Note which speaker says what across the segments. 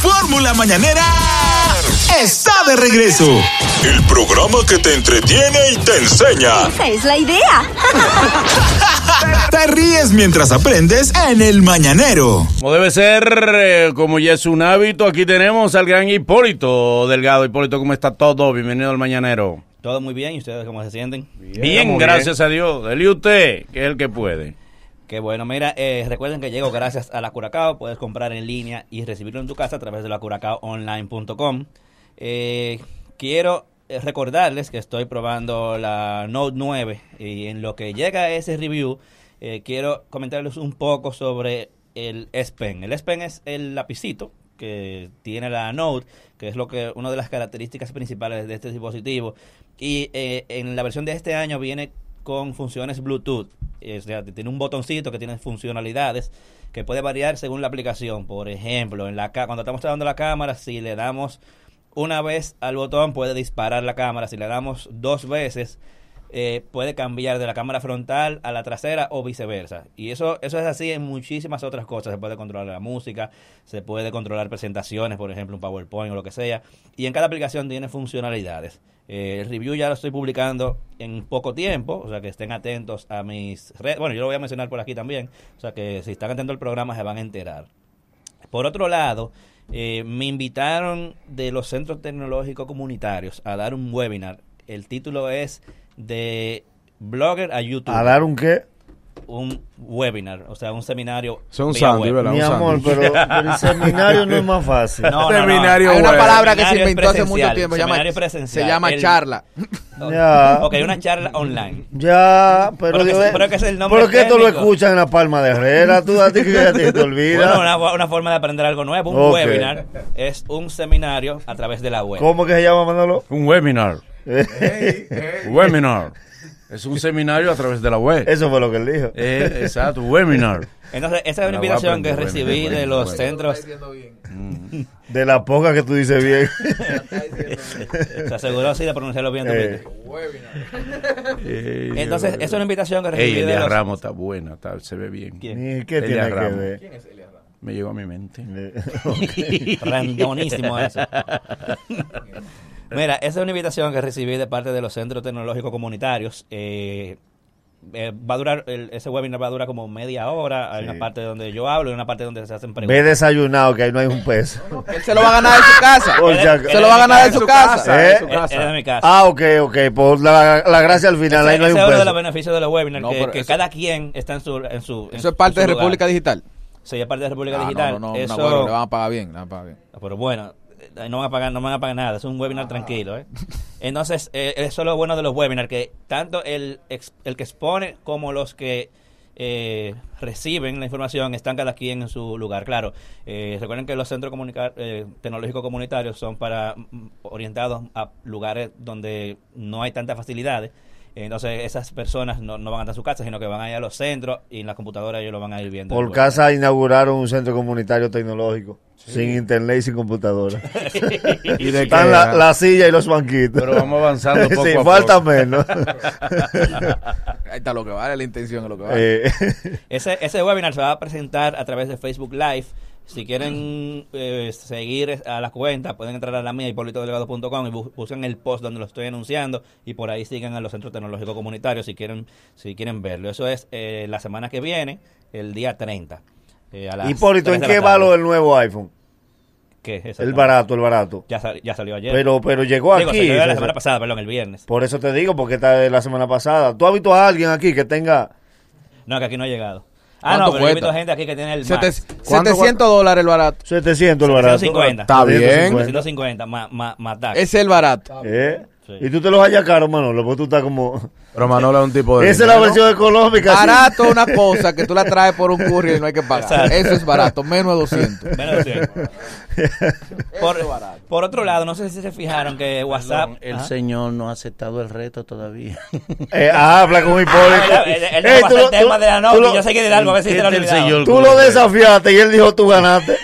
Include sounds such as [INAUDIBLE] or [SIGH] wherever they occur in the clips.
Speaker 1: Fórmula Mañanera está de regreso.
Speaker 2: El programa que te entretiene y te enseña.
Speaker 3: Esa es la idea.
Speaker 1: Te ríes mientras aprendes en el Mañanero.
Speaker 4: Como debe ser, eh, como ya es un hábito, aquí tenemos al gran Hipólito Delgado. Hipólito, ¿cómo está todo? Bienvenido al Mañanero.
Speaker 5: Todo muy bien, ¿y ustedes cómo se sienten?
Speaker 4: Bien, gracias a Dios. Él y usted, que es el que puede.
Speaker 5: Qué bueno, mira, eh, recuerden que llego gracias a la Curacao, puedes comprar en línea y recibirlo en tu casa a través de la curacaoonline.com. Eh, quiero eh, recordarles que estoy probando la Note 9 y en lo que llega ese review, eh, quiero comentarles un poco sobre el S Pen. El S Pen es el lapicito que tiene la Note, que es lo que una de las características principales de este dispositivo. Y eh, en la versión de este año viene con funciones Bluetooth. Eh, O sea, tiene un botoncito que tiene funcionalidades que puede variar según la aplicación. Por ejemplo, en la ca- cuando estamos trabajando la cámara, si le damos una vez al botón puede disparar la cámara. Si le damos dos veces, eh, puede cambiar de la cámara frontal a la trasera o viceversa. Y eso, eso es así en muchísimas otras cosas. Se puede controlar la música, se puede controlar presentaciones, por ejemplo, un PowerPoint o lo que sea. Y en cada aplicación tiene funcionalidades. Eh, el review ya lo estoy publicando en poco tiempo, o sea que estén atentos a mis redes. Bueno, yo lo voy a mencionar por aquí también, o sea que si están atentos al programa se van a enterar. Por otro lado, eh, me invitaron de los centros tecnológicos comunitarios a dar un webinar. El título es de blogger a YouTube.
Speaker 6: ¿A dar un qué?
Speaker 5: Un webinar, o sea, un seminario.
Speaker 7: Son
Speaker 5: vía
Speaker 7: sándwich,
Speaker 5: web.
Speaker 7: ¿verdad?
Speaker 6: Mi
Speaker 7: un
Speaker 6: amor,
Speaker 7: sándwich.
Speaker 6: pero,
Speaker 5: [LAUGHS]
Speaker 6: pero el seminario no es más fácil.
Speaker 5: No, no, no.
Speaker 7: Seminario
Speaker 8: Hay una
Speaker 7: web.
Speaker 8: palabra que se
Speaker 5: Seminario
Speaker 8: inventó hace mucho
Speaker 5: presencial,
Speaker 8: tiempo. llama-
Speaker 5: seminario presencial.
Speaker 8: se llama
Speaker 5: El-
Speaker 8: charla.
Speaker 6: Ya.
Speaker 5: Ok, una charla
Speaker 6: [LAUGHS]
Speaker 5: online.
Speaker 6: Ya, pero,
Speaker 5: Pero que
Speaker 6: yo-
Speaker 5: se- pero que es el nombre
Speaker 6: pero que esto lo
Speaker 5: técnico.
Speaker 6: escuchan en la palma de Herrera, tú a ti que
Speaker 5: [LAUGHS]
Speaker 6: ya te, te olvidas.
Speaker 5: Bueno, pues. una, una forma de aprender algo nuevo. Un
Speaker 6: Ok.
Speaker 5: webinar es un seminario a través de la web.
Speaker 6: ¿Cómo que se llama Manolo?
Speaker 4: Un webinar. Webinar. Es un seminario a través de la web.
Speaker 6: [LAUGHS] Eso fue lo que él dijo.
Speaker 4: Eh, exacto, webinar.
Speaker 5: Entonces, esa
Speaker 4: La
Speaker 5: es una
Speaker 4: voy a
Speaker 5: invitación que
Speaker 4: aprender,
Speaker 5: recibí
Speaker 4: bueno,
Speaker 5: de
Speaker 4: bueno,
Speaker 5: los
Speaker 4: bueno.
Speaker 5: centros. [LAUGHS]
Speaker 6: De la poca que tú dices bien.
Speaker 5: [LAUGHS] Se aseguró así de pronunciarlo bien.
Speaker 6: Eh,
Speaker 5: Domingo. Entonces, esa es una invitación que recibí
Speaker 4: Eh, Ey,
Speaker 5: de
Speaker 4: Elia
Speaker 5: los
Speaker 4: Ramos está buena, está- se ve bien.
Speaker 5: ¿Quién?
Speaker 6: ¿y ¿Qué
Speaker 4: Elia
Speaker 6: tiene que
Speaker 4: Ramos.
Speaker 6: ver?
Speaker 4: Me llegó a mi
Speaker 6: [LAUGHS]
Speaker 4: mente.
Speaker 5: Randonísimo
Speaker 8: [LAUGHS]
Speaker 5: eso. Mira, esa es una invitación que recibí de parte de los centros tecnológicos comunitarios. Eh, eh, va a durar, el- ese webinar va a durar como media hora. Hay una parte donde yo hablo y una parte donde se hacen
Speaker 6: Ve
Speaker 5: preguntas.
Speaker 6: desayunado, que ahí no hay un peso.
Speaker 8: Él se lo va a ganar de su casa.
Speaker 6: Por si
Speaker 8: Se
Speaker 6: acaso.
Speaker 8: lo va a ganar de su casa.
Speaker 6: ¿Eh?
Speaker 7: su
Speaker 5: Es- es de mi casa.
Speaker 6: Ah, ok, ok. Por la, la gracia al final, ahí no hay
Speaker 5: Ese
Speaker 6: un
Speaker 5: es uno de los
Speaker 6: peso.
Speaker 5: beneficios de los webinars,
Speaker 8: No,
Speaker 5: que,
Speaker 8: pero
Speaker 5: que
Speaker 8: eso-
Speaker 5: cada quien está en su... En
Speaker 8: Eso
Speaker 5: su en
Speaker 8: es
Speaker 5: su
Speaker 8: parte de
Speaker 5: lugar.
Speaker 8: República Digital.
Speaker 5: Sí, es parte de República
Speaker 8: Ah, no,
Speaker 5: Digital.
Speaker 8: no, no,
Speaker 5: eso,
Speaker 8: no, bueno, le van a pagar bien, le van a pagar bien.
Speaker 5: Ah, Pero bueno, eh, no van a pagar, no van a pagar nada, es un webinar tranquilo, ¿eh? Entonces, eh, eso es lo bueno de los webinars, que tanto el, ex- el que expone como los que eh, reciben la información están cada quien en su lugar. Claro, eh, recuerden que los centros comunica- eh, tecnológicos comunitarios son para mm, orientados a lugares donde no hay tantas facilidades. Entonces esas personas no, no van a estar en su casa, sino que van a ir a los centros y en la computadora ellos lo van a ir viendo. Pues,
Speaker 6: Por
Speaker 5: luego.
Speaker 6: casa inauguraron un centro comunitario tecnológico. Sin internet y
Speaker 5: [LAUGHS]
Speaker 6: sin computadora.
Speaker 4: ¿Y de
Speaker 6: Están
Speaker 4: qué
Speaker 6: la,
Speaker 4: era?
Speaker 6: la silla y los banquitos.
Speaker 4: Pero
Speaker 6: [LAUGHS]
Speaker 4: vamos avanzando poco
Speaker 6: sí,
Speaker 4: a
Speaker 6: falta
Speaker 4: poco.
Speaker 5: [LAUGHS]
Speaker 6: menos.
Speaker 8: Ahí está lo que vale, la intención es lo que vale.
Speaker 6: [LAUGHS] Eh,
Speaker 5: Ese, ese webinar se va a presentar a través de Facebook Live. Si quieren eh, seguir a la cuenta, pueden entrar a la mía, hipólitodelgado.com, y bu- buscan el post donde lo estoy anunciando y por ahí sigan a los centros tecnológicos comunitarios si quieren si quieren verlo. Eso es eh, la semana que viene, el día 30. eh, a las
Speaker 6: Hipólito,
Speaker 5: tres
Speaker 6: ¿en
Speaker 5: de la
Speaker 6: qué
Speaker 5: tarde.
Speaker 6: va lo del nuevo iPhone?
Speaker 5: ¿Qué?
Speaker 6: El
Speaker 5: Exactamente.
Speaker 6: barato, el barato.
Speaker 5: Ya, sal- ya salió ayer.
Speaker 6: Pero, pero llegó
Speaker 5: Digo,
Speaker 6: aquí.
Speaker 5: salió la
Speaker 6: César.
Speaker 5: semana pasada, perdón, el viernes.
Speaker 6: Por eso te digo, porque está de la semana pasada. ¿Tú has visto a alguien aquí que tenga...
Speaker 5: No, que aquí no ha llegado. Ah,
Speaker 8: ¿Cuánto
Speaker 5: no, pero yo
Speaker 8: cuesta?
Speaker 5: invito a gente aquí que tiene el
Speaker 8: Sete-
Speaker 5: Max.
Speaker 8: 700 dólares el barato.
Speaker 6: 700 el barato.
Speaker 5: 750.
Speaker 7: Está bien.
Speaker 6: 750.
Speaker 5: 350, más ma, ma tax.
Speaker 8: Es el barato.
Speaker 6: ¿Eh?
Speaker 5: Sí.
Speaker 6: Y tú te los hallas caro, Manolo, porque tú estás como...
Speaker 7: Pero Manolo es un tipo de.
Speaker 6: Esa es la versión económica. sí.
Speaker 8: Barato es una cosa que tú la traes por un curry y no hay que pagar.
Speaker 5: Exacto.
Speaker 8: Eso es barato, menos de 200.
Speaker 5: Menos de 100. por, por otro lado, no sé si se fijaron que WhatsApp.
Speaker 4: El
Speaker 5: Ajá.
Speaker 4: señor no ha aceptado el reto [LAUGHS] todavía.
Speaker 6: Eh, habla con Hipólito.
Speaker 5: Ah, él- él
Speaker 6: Ey,
Speaker 5: dejó pasar
Speaker 6: tú lo-
Speaker 5: el tema
Speaker 6: tú-
Speaker 5: de la
Speaker 6: tú
Speaker 5: novia.
Speaker 6: lo-
Speaker 5: Yo sé que de algo, a ver si
Speaker 4: ¿Qué
Speaker 5: te lo
Speaker 4: te
Speaker 5: olvidado.
Speaker 4: enseñó?
Speaker 6: Tú lo desafiaste y él dijo, tú ganaste.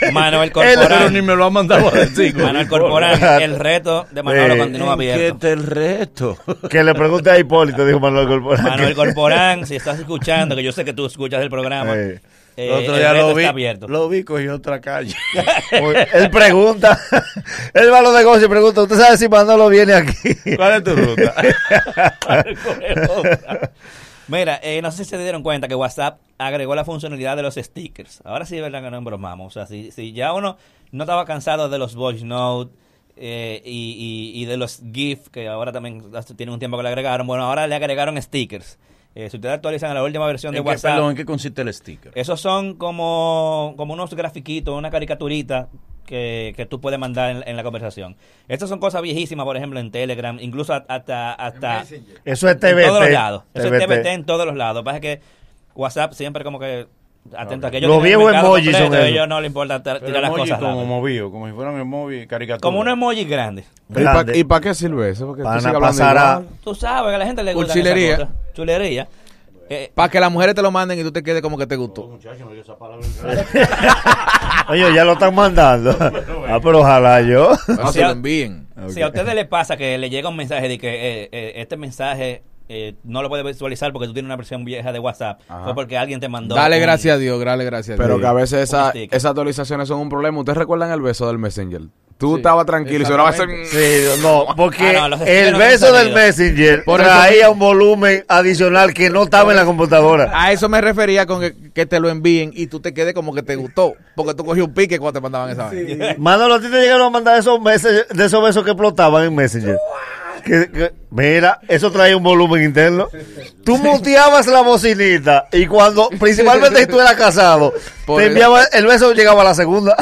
Speaker 5: [LAUGHS]
Speaker 6: [LAUGHS]
Speaker 5: Manuel
Speaker 4: Pero ni
Speaker 5: Corporán.
Speaker 4: me lo ha mandado a
Speaker 5: [LAUGHS]
Speaker 4: decir.
Speaker 5: Manuel
Speaker 4: Corporán. [LAUGHS]
Speaker 5: Corporán. El reto de Manolo
Speaker 6: Eh,
Speaker 5: continúa
Speaker 4: ¿Qué
Speaker 5: abierto.
Speaker 4: te el reto?
Speaker 6: que le pregunte a Hipólito, dijo Manuel Corporán. [LAUGHS]
Speaker 5: Manuel Corporán, si estás escuchando, que yo sé que tú escuchas el programa,
Speaker 6: Eh,
Speaker 5: [LAUGHS] Eh,
Speaker 4: [LAUGHS] El otro
Speaker 5: el
Speaker 4: día
Speaker 5: reto
Speaker 4: lo vi.
Speaker 5: Está abierto.
Speaker 4: Lo vi, cogió otra calle. [LAUGHS]
Speaker 6: Muy- Él pregunta, [LAUGHS] él va a los negocios y pregunta, ¿usted sabe si Manolo viene
Speaker 5: [LAUGHS]
Speaker 6: aquí?
Speaker 4: ¿Cuál es tu ruta?
Speaker 5: Mira, eh, no sé si se dieron cuenta que WhatsApp agregó la funcionalidad de los stickers. Ahora sí es verdad que no bromamos. O sea, si, si ya uno no estaba cansado de los voice note eh, y, y- y de los GIF, que ahora también tienen un tiempo que le agregaron, bueno, ahora le agregaron stickers. Eh, si ustedes actualizan a la última versión de
Speaker 4: ¿En qué,
Speaker 5: WhatsApp... Eh,
Speaker 4: perdón, ¿en qué consiste el sticker?
Speaker 5: Esos son como, como unos grafiquitos, una caricaturita que, que tú puedes mandar en, en la conversación. Estas son cosas viejísimas, por ejemplo, en Telegram, incluso hasta... hasta
Speaker 6: Eso es
Speaker 5: en
Speaker 6: TVT.
Speaker 5: todos los lados. Eso es
Speaker 6: TVT.
Speaker 5: TBT en todos los lados. Pasa que WhatsApp siempre como que... Atento a que ellos tienen
Speaker 6: Lo
Speaker 5: el
Speaker 6: viejo
Speaker 5: mercado
Speaker 6: emoji son
Speaker 5: completo,
Speaker 6: esos.
Speaker 5: a ellos no le importa tar-
Speaker 4: Pero
Speaker 5: tirar las
Speaker 4: emoji
Speaker 5: cosas
Speaker 4: como
Speaker 5: rápido.
Speaker 4: movido, como si fueran emoji caricatura.
Speaker 5: Como un emoji grande.
Speaker 8: ¿Y pa-
Speaker 6: Grande.
Speaker 8: ¿Y para qué sirve eso? Porque tú
Speaker 6: Para
Speaker 8: sigues hablando
Speaker 6: pasar a-
Speaker 8: igual.
Speaker 5: Tú sabes que a la gente le
Speaker 8: Por
Speaker 5: gusta
Speaker 8: chulería.
Speaker 5: Chulería. Eh,
Speaker 8: Para que las mujeres te lo manden y tú te quedes como que te gustó.
Speaker 6: Oye, ya lo están mandando. Ah, pero ojalá yo.
Speaker 8: No,
Speaker 5: O
Speaker 8: se
Speaker 5: sea-
Speaker 8: lo envíen.
Speaker 5: Si a ustedes les pasa que le llega un mensaje de que eh, eh, este mensaje eh, no lo puedes visualizar porque tú tienes una versión vieja de WhatsApp, fue porque alguien te mandó.
Speaker 8: Dale
Speaker 5: un-
Speaker 8: gracias a Dios, dale gracias a Dios.
Speaker 3: Pero que a veces esa-
Speaker 5: stick.
Speaker 3: esas actualizaciones son un problema. ¿Ustedes recuerdan el beso del Messenger? Tú estabas tranquilo y se va a hacer...
Speaker 6: Sí, no, porque
Speaker 5: Ah, no, los
Speaker 6: el
Speaker 5: stickers
Speaker 6: beso
Speaker 5: no son
Speaker 6: del
Speaker 5: sonidos.
Speaker 6: Messenger
Speaker 3: Por eso
Speaker 6: traía un volumen adicional que no estaba en la computadora.
Speaker 3: A eso me refería con que, que te lo envíen y tú te quedes como que te gustó. Porque tú cogí un pique cuando te mandaban esa vaina.
Speaker 6: Manolo, a ti te llegaron a mandar esos meses, de esos besos que explotaban en Messenger. Que- que- mira, eso traía un volumen interno. Tú muteabas la bocinita y cuando, principalmente si tú eras casado,
Speaker 3: Por
Speaker 6: te
Speaker 3: el-
Speaker 6: enviaba, el beso llegaba a la [LAUGHS] segunda.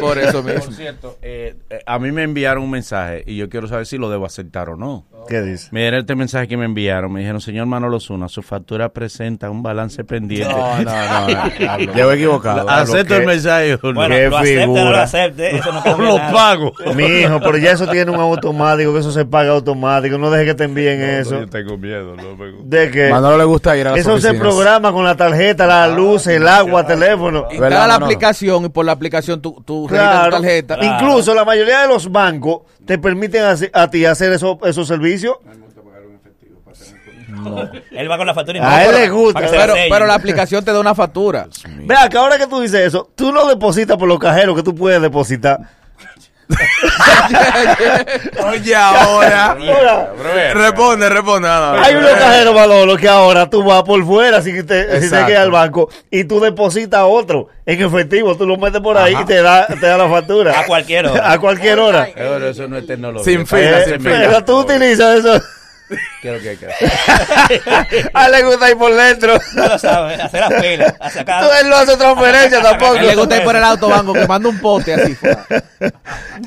Speaker 3: Por eso
Speaker 4: Por
Speaker 3: mismo.
Speaker 4: cierto, eh, eh, a mí me enviaron un mensaje y yo quiero saber si lo debo aceptar o no.
Speaker 6: ¿Qué dice?
Speaker 4: Mira este mensaje que me enviaron. Me dijeron, señor Manolo Zuna, su factura presenta un balance pendiente.
Speaker 3: No,
Speaker 4: [LAUGHS]
Speaker 3: no, no. no.
Speaker 8: Llevo equivocado.
Speaker 4: Acepto
Speaker 6: ¿qué?
Speaker 4: el mensaje. o no.
Speaker 5: Bueno,
Speaker 6: Qué
Speaker 5: lo acepte, no lo
Speaker 6: figura.
Speaker 5: acepte,
Speaker 6: [LAUGHS]
Speaker 5: eso no
Speaker 4: O
Speaker 5: cambia
Speaker 4: lo
Speaker 5: nada.
Speaker 4: pago. [LAUGHS]
Speaker 6: Mi hijo, pero ya eso tiene un automático, que eso se paga automático. No dejes que te envíen eso.
Speaker 4: tengo miedo, no me gusta.
Speaker 6: De que
Speaker 3: Manolo le gusta ir a las
Speaker 6: eso se
Speaker 3: oficinas. Ah,
Speaker 6: programa con la tarjeta, la luz, el agua, teléfono.
Speaker 3: Instala
Speaker 8: ¿Verdad,
Speaker 3: la
Speaker 8: Manolo?
Speaker 3: aplicación y por la aplicación tú, tú registras tu
Speaker 6: Claro.
Speaker 3: tarjeta.
Speaker 5: Claro.
Speaker 6: Incluso la mayoría de los bancos te permiten hace- a ti hacer eso- esos servicios.
Speaker 5: Él va con la factura y
Speaker 6: A él le gusta,
Speaker 5: para que se
Speaker 3: Pero,
Speaker 5: selle.
Speaker 3: pero la aplicación te da una factura. [LAUGHS]
Speaker 6: Vea, que ahora que tú dices eso, tú no depositas por los cajeros que tú puedes depositar.
Speaker 3: Oye, ahora.
Speaker 6: Ahora,
Speaker 3: Responde, responde. no, no, no.
Speaker 6: hay unos cajeros, Manolo, que ahora tú vas por fuera si te, si te
Speaker 3: Exacto.
Speaker 6: quedas al banco y tú depositas otro en efectivo. Tú lo metes por ahí y te da, te da la factura.
Speaker 5: A cualquier hora.
Speaker 6: [LAUGHS] A cualquier hora.
Speaker 5: Eh,
Speaker 4: Pero eso no es tecnología.
Speaker 3: Sin fila,
Speaker 6: Eh,
Speaker 3: sin
Speaker 6: pero
Speaker 3: fila.
Speaker 6: tú utilizas eso.
Speaker 3: [LAUGHS]
Speaker 4: Quiero que que-
Speaker 6: A él le gusta ir por dentro.
Speaker 5: No lo sabe, hacer
Speaker 6: [LAUGHS]
Speaker 5: la fila, a sacar-
Speaker 6: Tú- él no hace transferencia tampoco.
Speaker 3: A [LAUGHS] él le gusta ir por el autobanco que manda un pote así. [LAUGHS] fuera.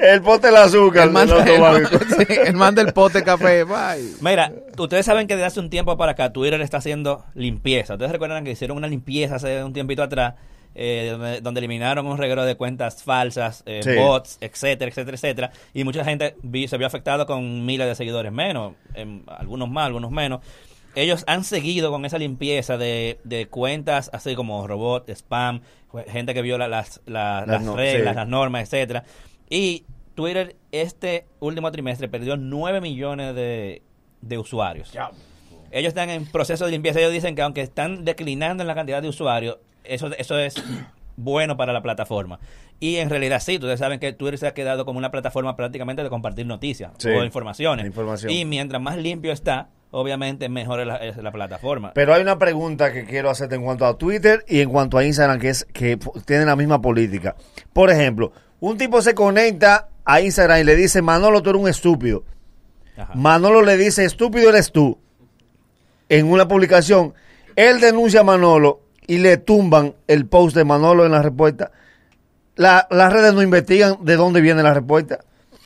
Speaker 6: El pote del azúcar.
Speaker 3: Él manda,
Speaker 6: del
Speaker 3: él
Speaker 6: autobanco.
Speaker 3: manda- sí, él manda [LAUGHS] el pote de café. Bye.
Speaker 5: Mira, ustedes saben que desde hace un tiempo para acá Twitter está haciendo limpieza. Ustedes recuerdan que hicieron una limpieza hace un tiempito atrás, eh, donde, donde eliminaron un reguero de cuentas falsas, eh,
Speaker 6: Sí.
Speaker 5: bots, etcétera, etcétera, etcétera. Y mucha gente vi- se vio afectado con miles de seguidores menos, em, algunos más, algunos menos. Ellos han seguido con esa limpieza de, de cuentas así como robot, spam, gente que viola las, la-
Speaker 6: Las
Speaker 5: las
Speaker 6: no-
Speaker 5: reglas,
Speaker 6: sí.
Speaker 5: las normas, etcétera. Y Twitter este último trimestre perdió 9 millones de, de usuarios. Ellos están en proceso de limpieza. Ellos dicen que aunque están declinando en la cantidad de usuarios, eso, eso es bueno para la plataforma. Y en realidad sí, ustedes saben que Twitter se ha quedado como una plataforma prácticamente de compartir noticias
Speaker 6: Sí,
Speaker 5: o informaciones.
Speaker 6: información.
Speaker 5: Y mientras más limpio está, obviamente mejor es la, es la plataforma.
Speaker 6: Pero hay una pregunta que quiero hacerte en cuanto a Twitter y en cuanto a Instagram, que es que p- tienen la misma política. Por ejemplo, un tipo se conecta a Instagram y le dice, Manolo, tú eres un estúpido.
Speaker 5: Ajá.
Speaker 6: Manolo le dice, estúpido eres tú. En una publicación, él denuncia a Manolo y le tumban el post de Manolo en la respuesta. La- las redes no investigan de dónde viene la respuesta.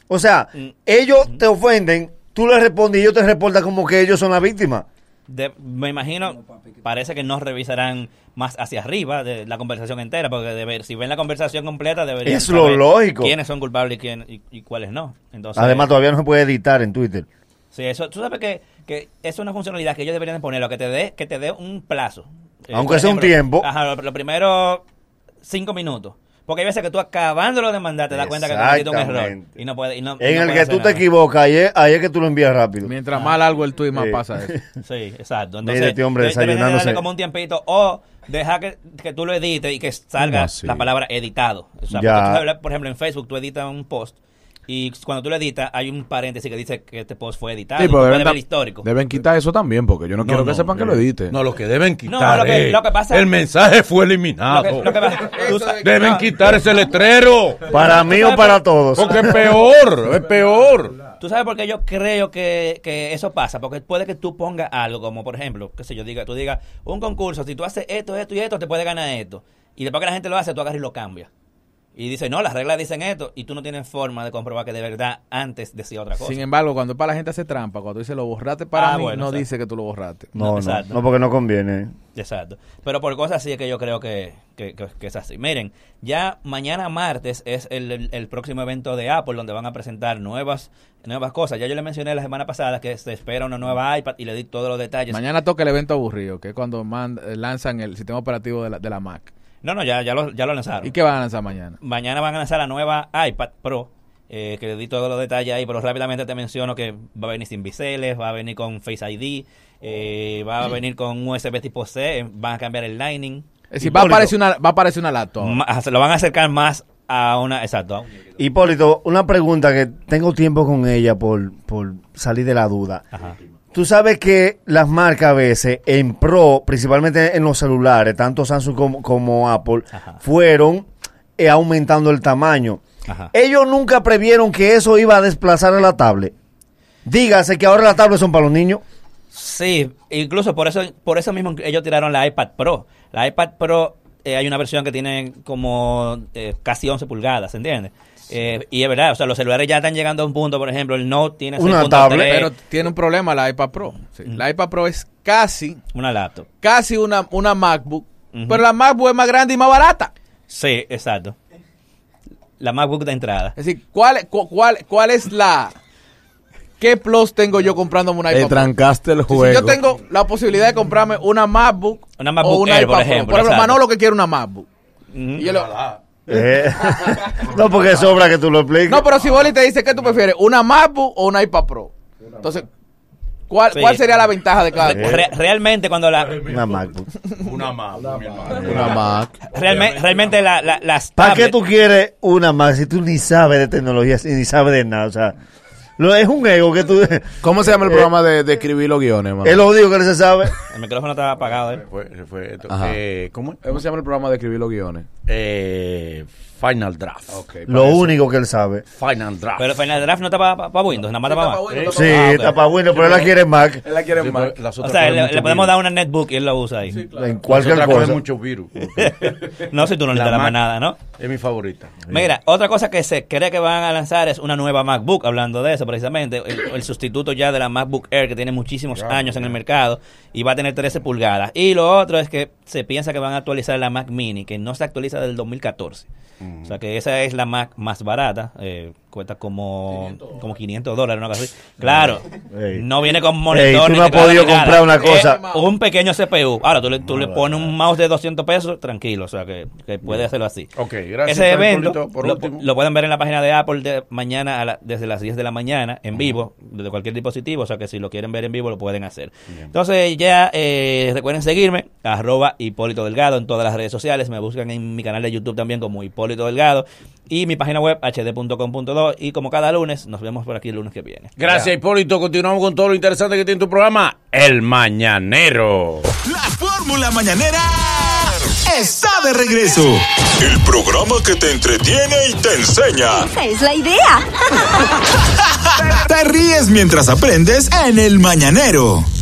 Speaker 6: O sea,
Speaker 5: Mm.
Speaker 6: ellos te ofenden, tú les respondes y ellos te reportan como que ellos son la víctima.
Speaker 5: De- me imagino, parece que no revisarán más hacia arriba de la conversación entera, porque de ver, si ven la conversación completa deberían
Speaker 6: Es lo
Speaker 5: saber
Speaker 6: lógico.
Speaker 5: quiénes son culpables y, quién, y, y cuáles no. Entonces,
Speaker 6: Además, todavía no se puede editar en Twitter.
Speaker 5: sí, eso, tú sabes que, que es una funcionalidad que ellos deberían de ponerlo, que te dé que te dé un plazo.
Speaker 6: Aunque
Speaker 5: por
Speaker 6: sea un tiempo.
Speaker 5: Ajá, lo, lo primero cinco minutos. Porque hay veces que tú acabándolo de mandar te das cuenta que cometiste un error.
Speaker 6: Exactamente.
Speaker 5: Y no puedes. y no-
Speaker 6: En
Speaker 5: no
Speaker 6: el
Speaker 5: puedes
Speaker 6: que
Speaker 5: hacer
Speaker 6: tú te
Speaker 5: nada.
Speaker 6: equivocas, ahí es, ahí es que tú lo envías rápido.
Speaker 8: Mientras más largo el tweet, más
Speaker 6: Sí.
Speaker 8: pasa eso.
Speaker 5: Sí, exacto.
Speaker 6: Mira
Speaker 5: Entonces,
Speaker 6: este hombre
Speaker 5: te- te viene a
Speaker 6: desayunándose.
Speaker 5: darle como un tiempito o deja que, que tú lo edites y que
Speaker 4: ¿Cómo
Speaker 5: salga
Speaker 4: así?
Speaker 5: la palabra editado. O sea,
Speaker 6: Ya.
Speaker 5: porque tú sabes, por ejemplo, en Facebook tú editas un post y cuando tú lo editas hay un paréntesis que dice que este post fue editado.
Speaker 8: Sí,
Speaker 5: y tú
Speaker 8: pero
Speaker 5: puedes
Speaker 8: deben,
Speaker 5: ver
Speaker 8: ta-
Speaker 5: el histórico.
Speaker 8: deben quitar eso también, porque yo no, quiero que
Speaker 4: no,
Speaker 8: sepan que lo edite.
Speaker 4: No, lo que deben quitar.
Speaker 5: No, lo que-
Speaker 4: es,
Speaker 5: lo que pasa-
Speaker 4: el mensaje fue
Speaker 5: Lo
Speaker 4: eliminado.
Speaker 5: que- lo que va- tú sa-
Speaker 4: deben
Speaker 5: no,
Speaker 4: quitar ese letrero.
Speaker 6: Para mí o para todos.
Speaker 4: Porque es peor, es peor.
Speaker 5: Tú sabes por qué yo creo que, que eso pasa. Porque puede que tú pongas algo, como por ejemplo, que si yo diga, tú digas, un concurso, si tú haces esto, esto y esto, te puede ganar esto. Y después que la gente lo hace, tú agarras y lo cambias. Y dice, no, las reglas dicen esto. Y tú no tienes forma de comprobar que de verdad antes decía otra cosa.
Speaker 3: Sin embargo, cuando es para la gente hace trampa, cuando dice lo borraste para
Speaker 5: Ah,
Speaker 3: mí,
Speaker 5: bueno,
Speaker 3: no
Speaker 5: exacto.
Speaker 3: dice que tú lo borraste.
Speaker 6: [LAUGHS] No, no, no,
Speaker 5: exacto.
Speaker 6: porque no conviene.
Speaker 5: Exacto. Pero por cosas así es que yo creo que, que- que- que es así. Miren, ya mañana martes es el, el- el próximo evento de Apple donde van a presentar nuevas nuevas cosas. Ya yo le mencioné la semana pasada que se espera una nueva iPad y le di todos los detalles.
Speaker 3: Mañana toca el evento aburrido, que es cuando man- eh, lanzan el sistema operativo de la, de la Mac.
Speaker 5: No, no, ya, ya, lo, ya lo lanzaron.
Speaker 3: ¿Y qué van a lanzar mañana?
Speaker 5: Mañana van a lanzar la nueva iPad Pro, eh, que le di todos los detalles ahí, pero rápidamente te menciono que va a venir sin biseles, va a venir con Face ID, eh, va a venir con USB tipo C, eh, van a cambiar el Lightning,
Speaker 3: Es decir, va a
Speaker 6: Hipólito.
Speaker 3: aparecer una, va a aparecer una laptop.
Speaker 5: Ma- se lo van a acercar más a una... Exacto. a un-
Speaker 6: Hipólito, una pregunta que tengo tiempo con ella por, por salir de la duda.
Speaker 5: Ajá.
Speaker 6: Tú sabes que las marcas a veces, en pro, principalmente en los celulares, tanto Samsung como, como Apple,
Speaker 5: Ajá.
Speaker 6: fueron eh, aumentando el tamaño.
Speaker 5: Ajá.
Speaker 6: Ellos nunca previeron que eso iba a desplazar a la tablet. Dígase que ahora las tablets son para los niños.
Speaker 5: Sí, incluso por eso, por eso mismo ellos tiraron la iPad Pro. La iPad Pro eh, hay una versión que tiene como eh, casi 11 pulgadas, ¿entiendes? Eh, y es verdad, o sea, los celulares ya están llegando a un punto, por ejemplo, el Note tiene
Speaker 6: Una
Speaker 5: 6.3,
Speaker 6: tablet.
Speaker 3: Pero
Speaker 5: eh,
Speaker 3: tiene un problema la iPad Pro. Sí,
Speaker 5: Mm.
Speaker 3: La iPad Pro es casi,
Speaker 5: una laptop.
Speaker 3: casi una, una MacBook,
Speaker 5: Ujú.
Speaker 3: pero la MacBook es más grande y más barata.
Speaker 5: Sí, exacto. La MacBook de entrada.
Speaker 3: Es decir, ¿cuál, cu- cuál, cuál es la... ¿Qué plus tengo yo comprándome una
Speaker 8: Te
Speaker 3: iPad Pro?
Speaker 8: Eh, trancaste el
Speaker 3: Si-
Speaker 8: juego.
Speaker 3: Si yo tengo la posibilidad de comprarme una MacBook,
Speaker 5: Una MacBook
Speaker 3: o una
Speaker 5: Air,
Speaker 3: iPad
Speaker 5: por
Speaker 3: Pro.
Speaker 5: ejemplo,
Speaker 3: Por ejemplo,
Speaker 5: exacto.
Speaker 3: Manolo que quiere una MacBook.
Speaker 5: Ujú.
Speaker 3: Y yo le-
Speaker 6: Eh, [LAUGHS] no, porque sobra que tú lo expliques.
Speaker 3: no, pero si Boli te dice, ¿qué tú prefieres? ¿Una MacBook o una iPad Pro? Entonces, ¿cuál,
Speaker 5: Sí.
Speaker 3: cuál sería la ventaja de cada
Speaker 5: Re-
Speaker 3: cosa?
Speaker 5: re- realmente cuando la
Speaker 6: Una MacBook.
Speaker 4: Una más, mi hermano.
Speaker 8: una Mac.
Speaker 5: realme- realmente la, la- las
Speaker 6: ¿Para qué
Speaker 5: tablets-
Speaker 6: tú quieres una Mac si tú ni sabes de tecnología y ni sabes de nada? O sea, lo, es un ego que tú... [LAUGHS] Eh.
Speaker 8: ¿Cómo se llama el programa de, de escribir los guiones, mano?
Speaker 6: Es lo único que no se sabe.
Speaker 5: el micrófono estaba apagado, ¿eh?
Speaker 4: Fue, se fue esto.
Speaker 8: Ajá.
Speaker 4: Eh, ¿Cómo es?
Speaker 8: ¿Cómo se llama el programa de escribir los guiones?
Speaker 4: Eh, Final Draft.
Speaker 6: Lo único que él sabe.
Speaker 4: Final Draft.
Speaker 5: Pero Final Draft no estaba para Windows, nada más
Speaker 3: Sí,
Speaker 5: estaba
Speaker 3: está pa' Windows, está
Speaker 6: Sí,
Speaker 8: Ah,
Speaker 3: pa' Apple.
Speaker 6: está para Windows, pero él la quiere Mac.
Speaker 8: Él la quiere
Speaker 4: Sí,
Speaker 8: más.
Speaker 4: pero las
Speaker 5: O
Speaker 4: otras
Speaker 5: sea,
Speaker 4: cogen
Speaker 5: le,
Speaker 4: mucho
Speaker 5: le podemos
Speaker 4: virus.
Speaker 5: dar una netbook y él la usa ahí.
Speaker 6: En
Speaker 4: Las
Speaker 6: cualquier
Speaker 4: otras cogen
Speaker 6: cosa.
Speaker 4: mucho virus.
Speaker 5: No, si tú no le
Speaker 4: La
Speaker 5: das la
Speaker 4: Mac.
Speaker 5: manada, ¿no?
Speaker 4: Es mi
Speaker 5: [LAUGHS]
Speaker 4: favorita.
Speaker 5: Mira, otra cosa que se cree que van a lanzar es una nueva MacBook, hablando de eso precisamente, el, el sustituto ya de la MacBook Air que tiene muchísimos años en el mercado y va a tener 13 pulgadas. Y lo otro es que se piensa que van a actualizar la Mac Mini, que no se actualiza desde el 2014. O sea que esa es la Mac más barata, eh, cuesta como 500, como 500 dólares, una cosa así. Claro,
Speaker 6: Ey.
Speaker 5: no viene con monitor.
Speaker 6: tú
Speaker 5: ni
Speaker 6: no has
Speaker 5: teclado
Speaker 6: podido
Speaker 5: ni nada.
Speaker 6: comprar una cosa.
Speaker 5: Eh, un pequeño CPU. Ahora tú le, tú le pones un mouse de 200 pesos, tranquilo, o sea que, que puede hacerlo así.
Speaker 4: Ok, gracias,
Speaker 5: Ese
Speaker 4: Frank
Speaker 5: evento
Speaker 4: Polito, por
Speaker 5: lo,
Speaker 4: último.
Speaker 5: lo pueden ver en la página de Apple de mañana a la- desde las 10 de la mañana en vivo, desde cualquier dispositivo, o sea que si lo quieren ver en vivo lo pueden hacer. Entonces ya eh, recuerden seguirme, arroba Hipólito Delgado en todas las redes sociales, me buscan en mi canal de YouTube también como Hipólito Delgado y mi página web hd.com.do y como cada lunes nos vemos por aquí el lunes que viene.
Speaker 4: Gracias, Hipólito. Continuamos con todo lo interesante que tiene tu programa, El Mañanero.
Speaker 1: La fórmula mañanera está de regreso.
Speaker 2: El programa que te entretiene y te enseña.
Speaker 7: Esa es la idea.
Speaker 1: Te ríes mientras aprendes en el mañanero.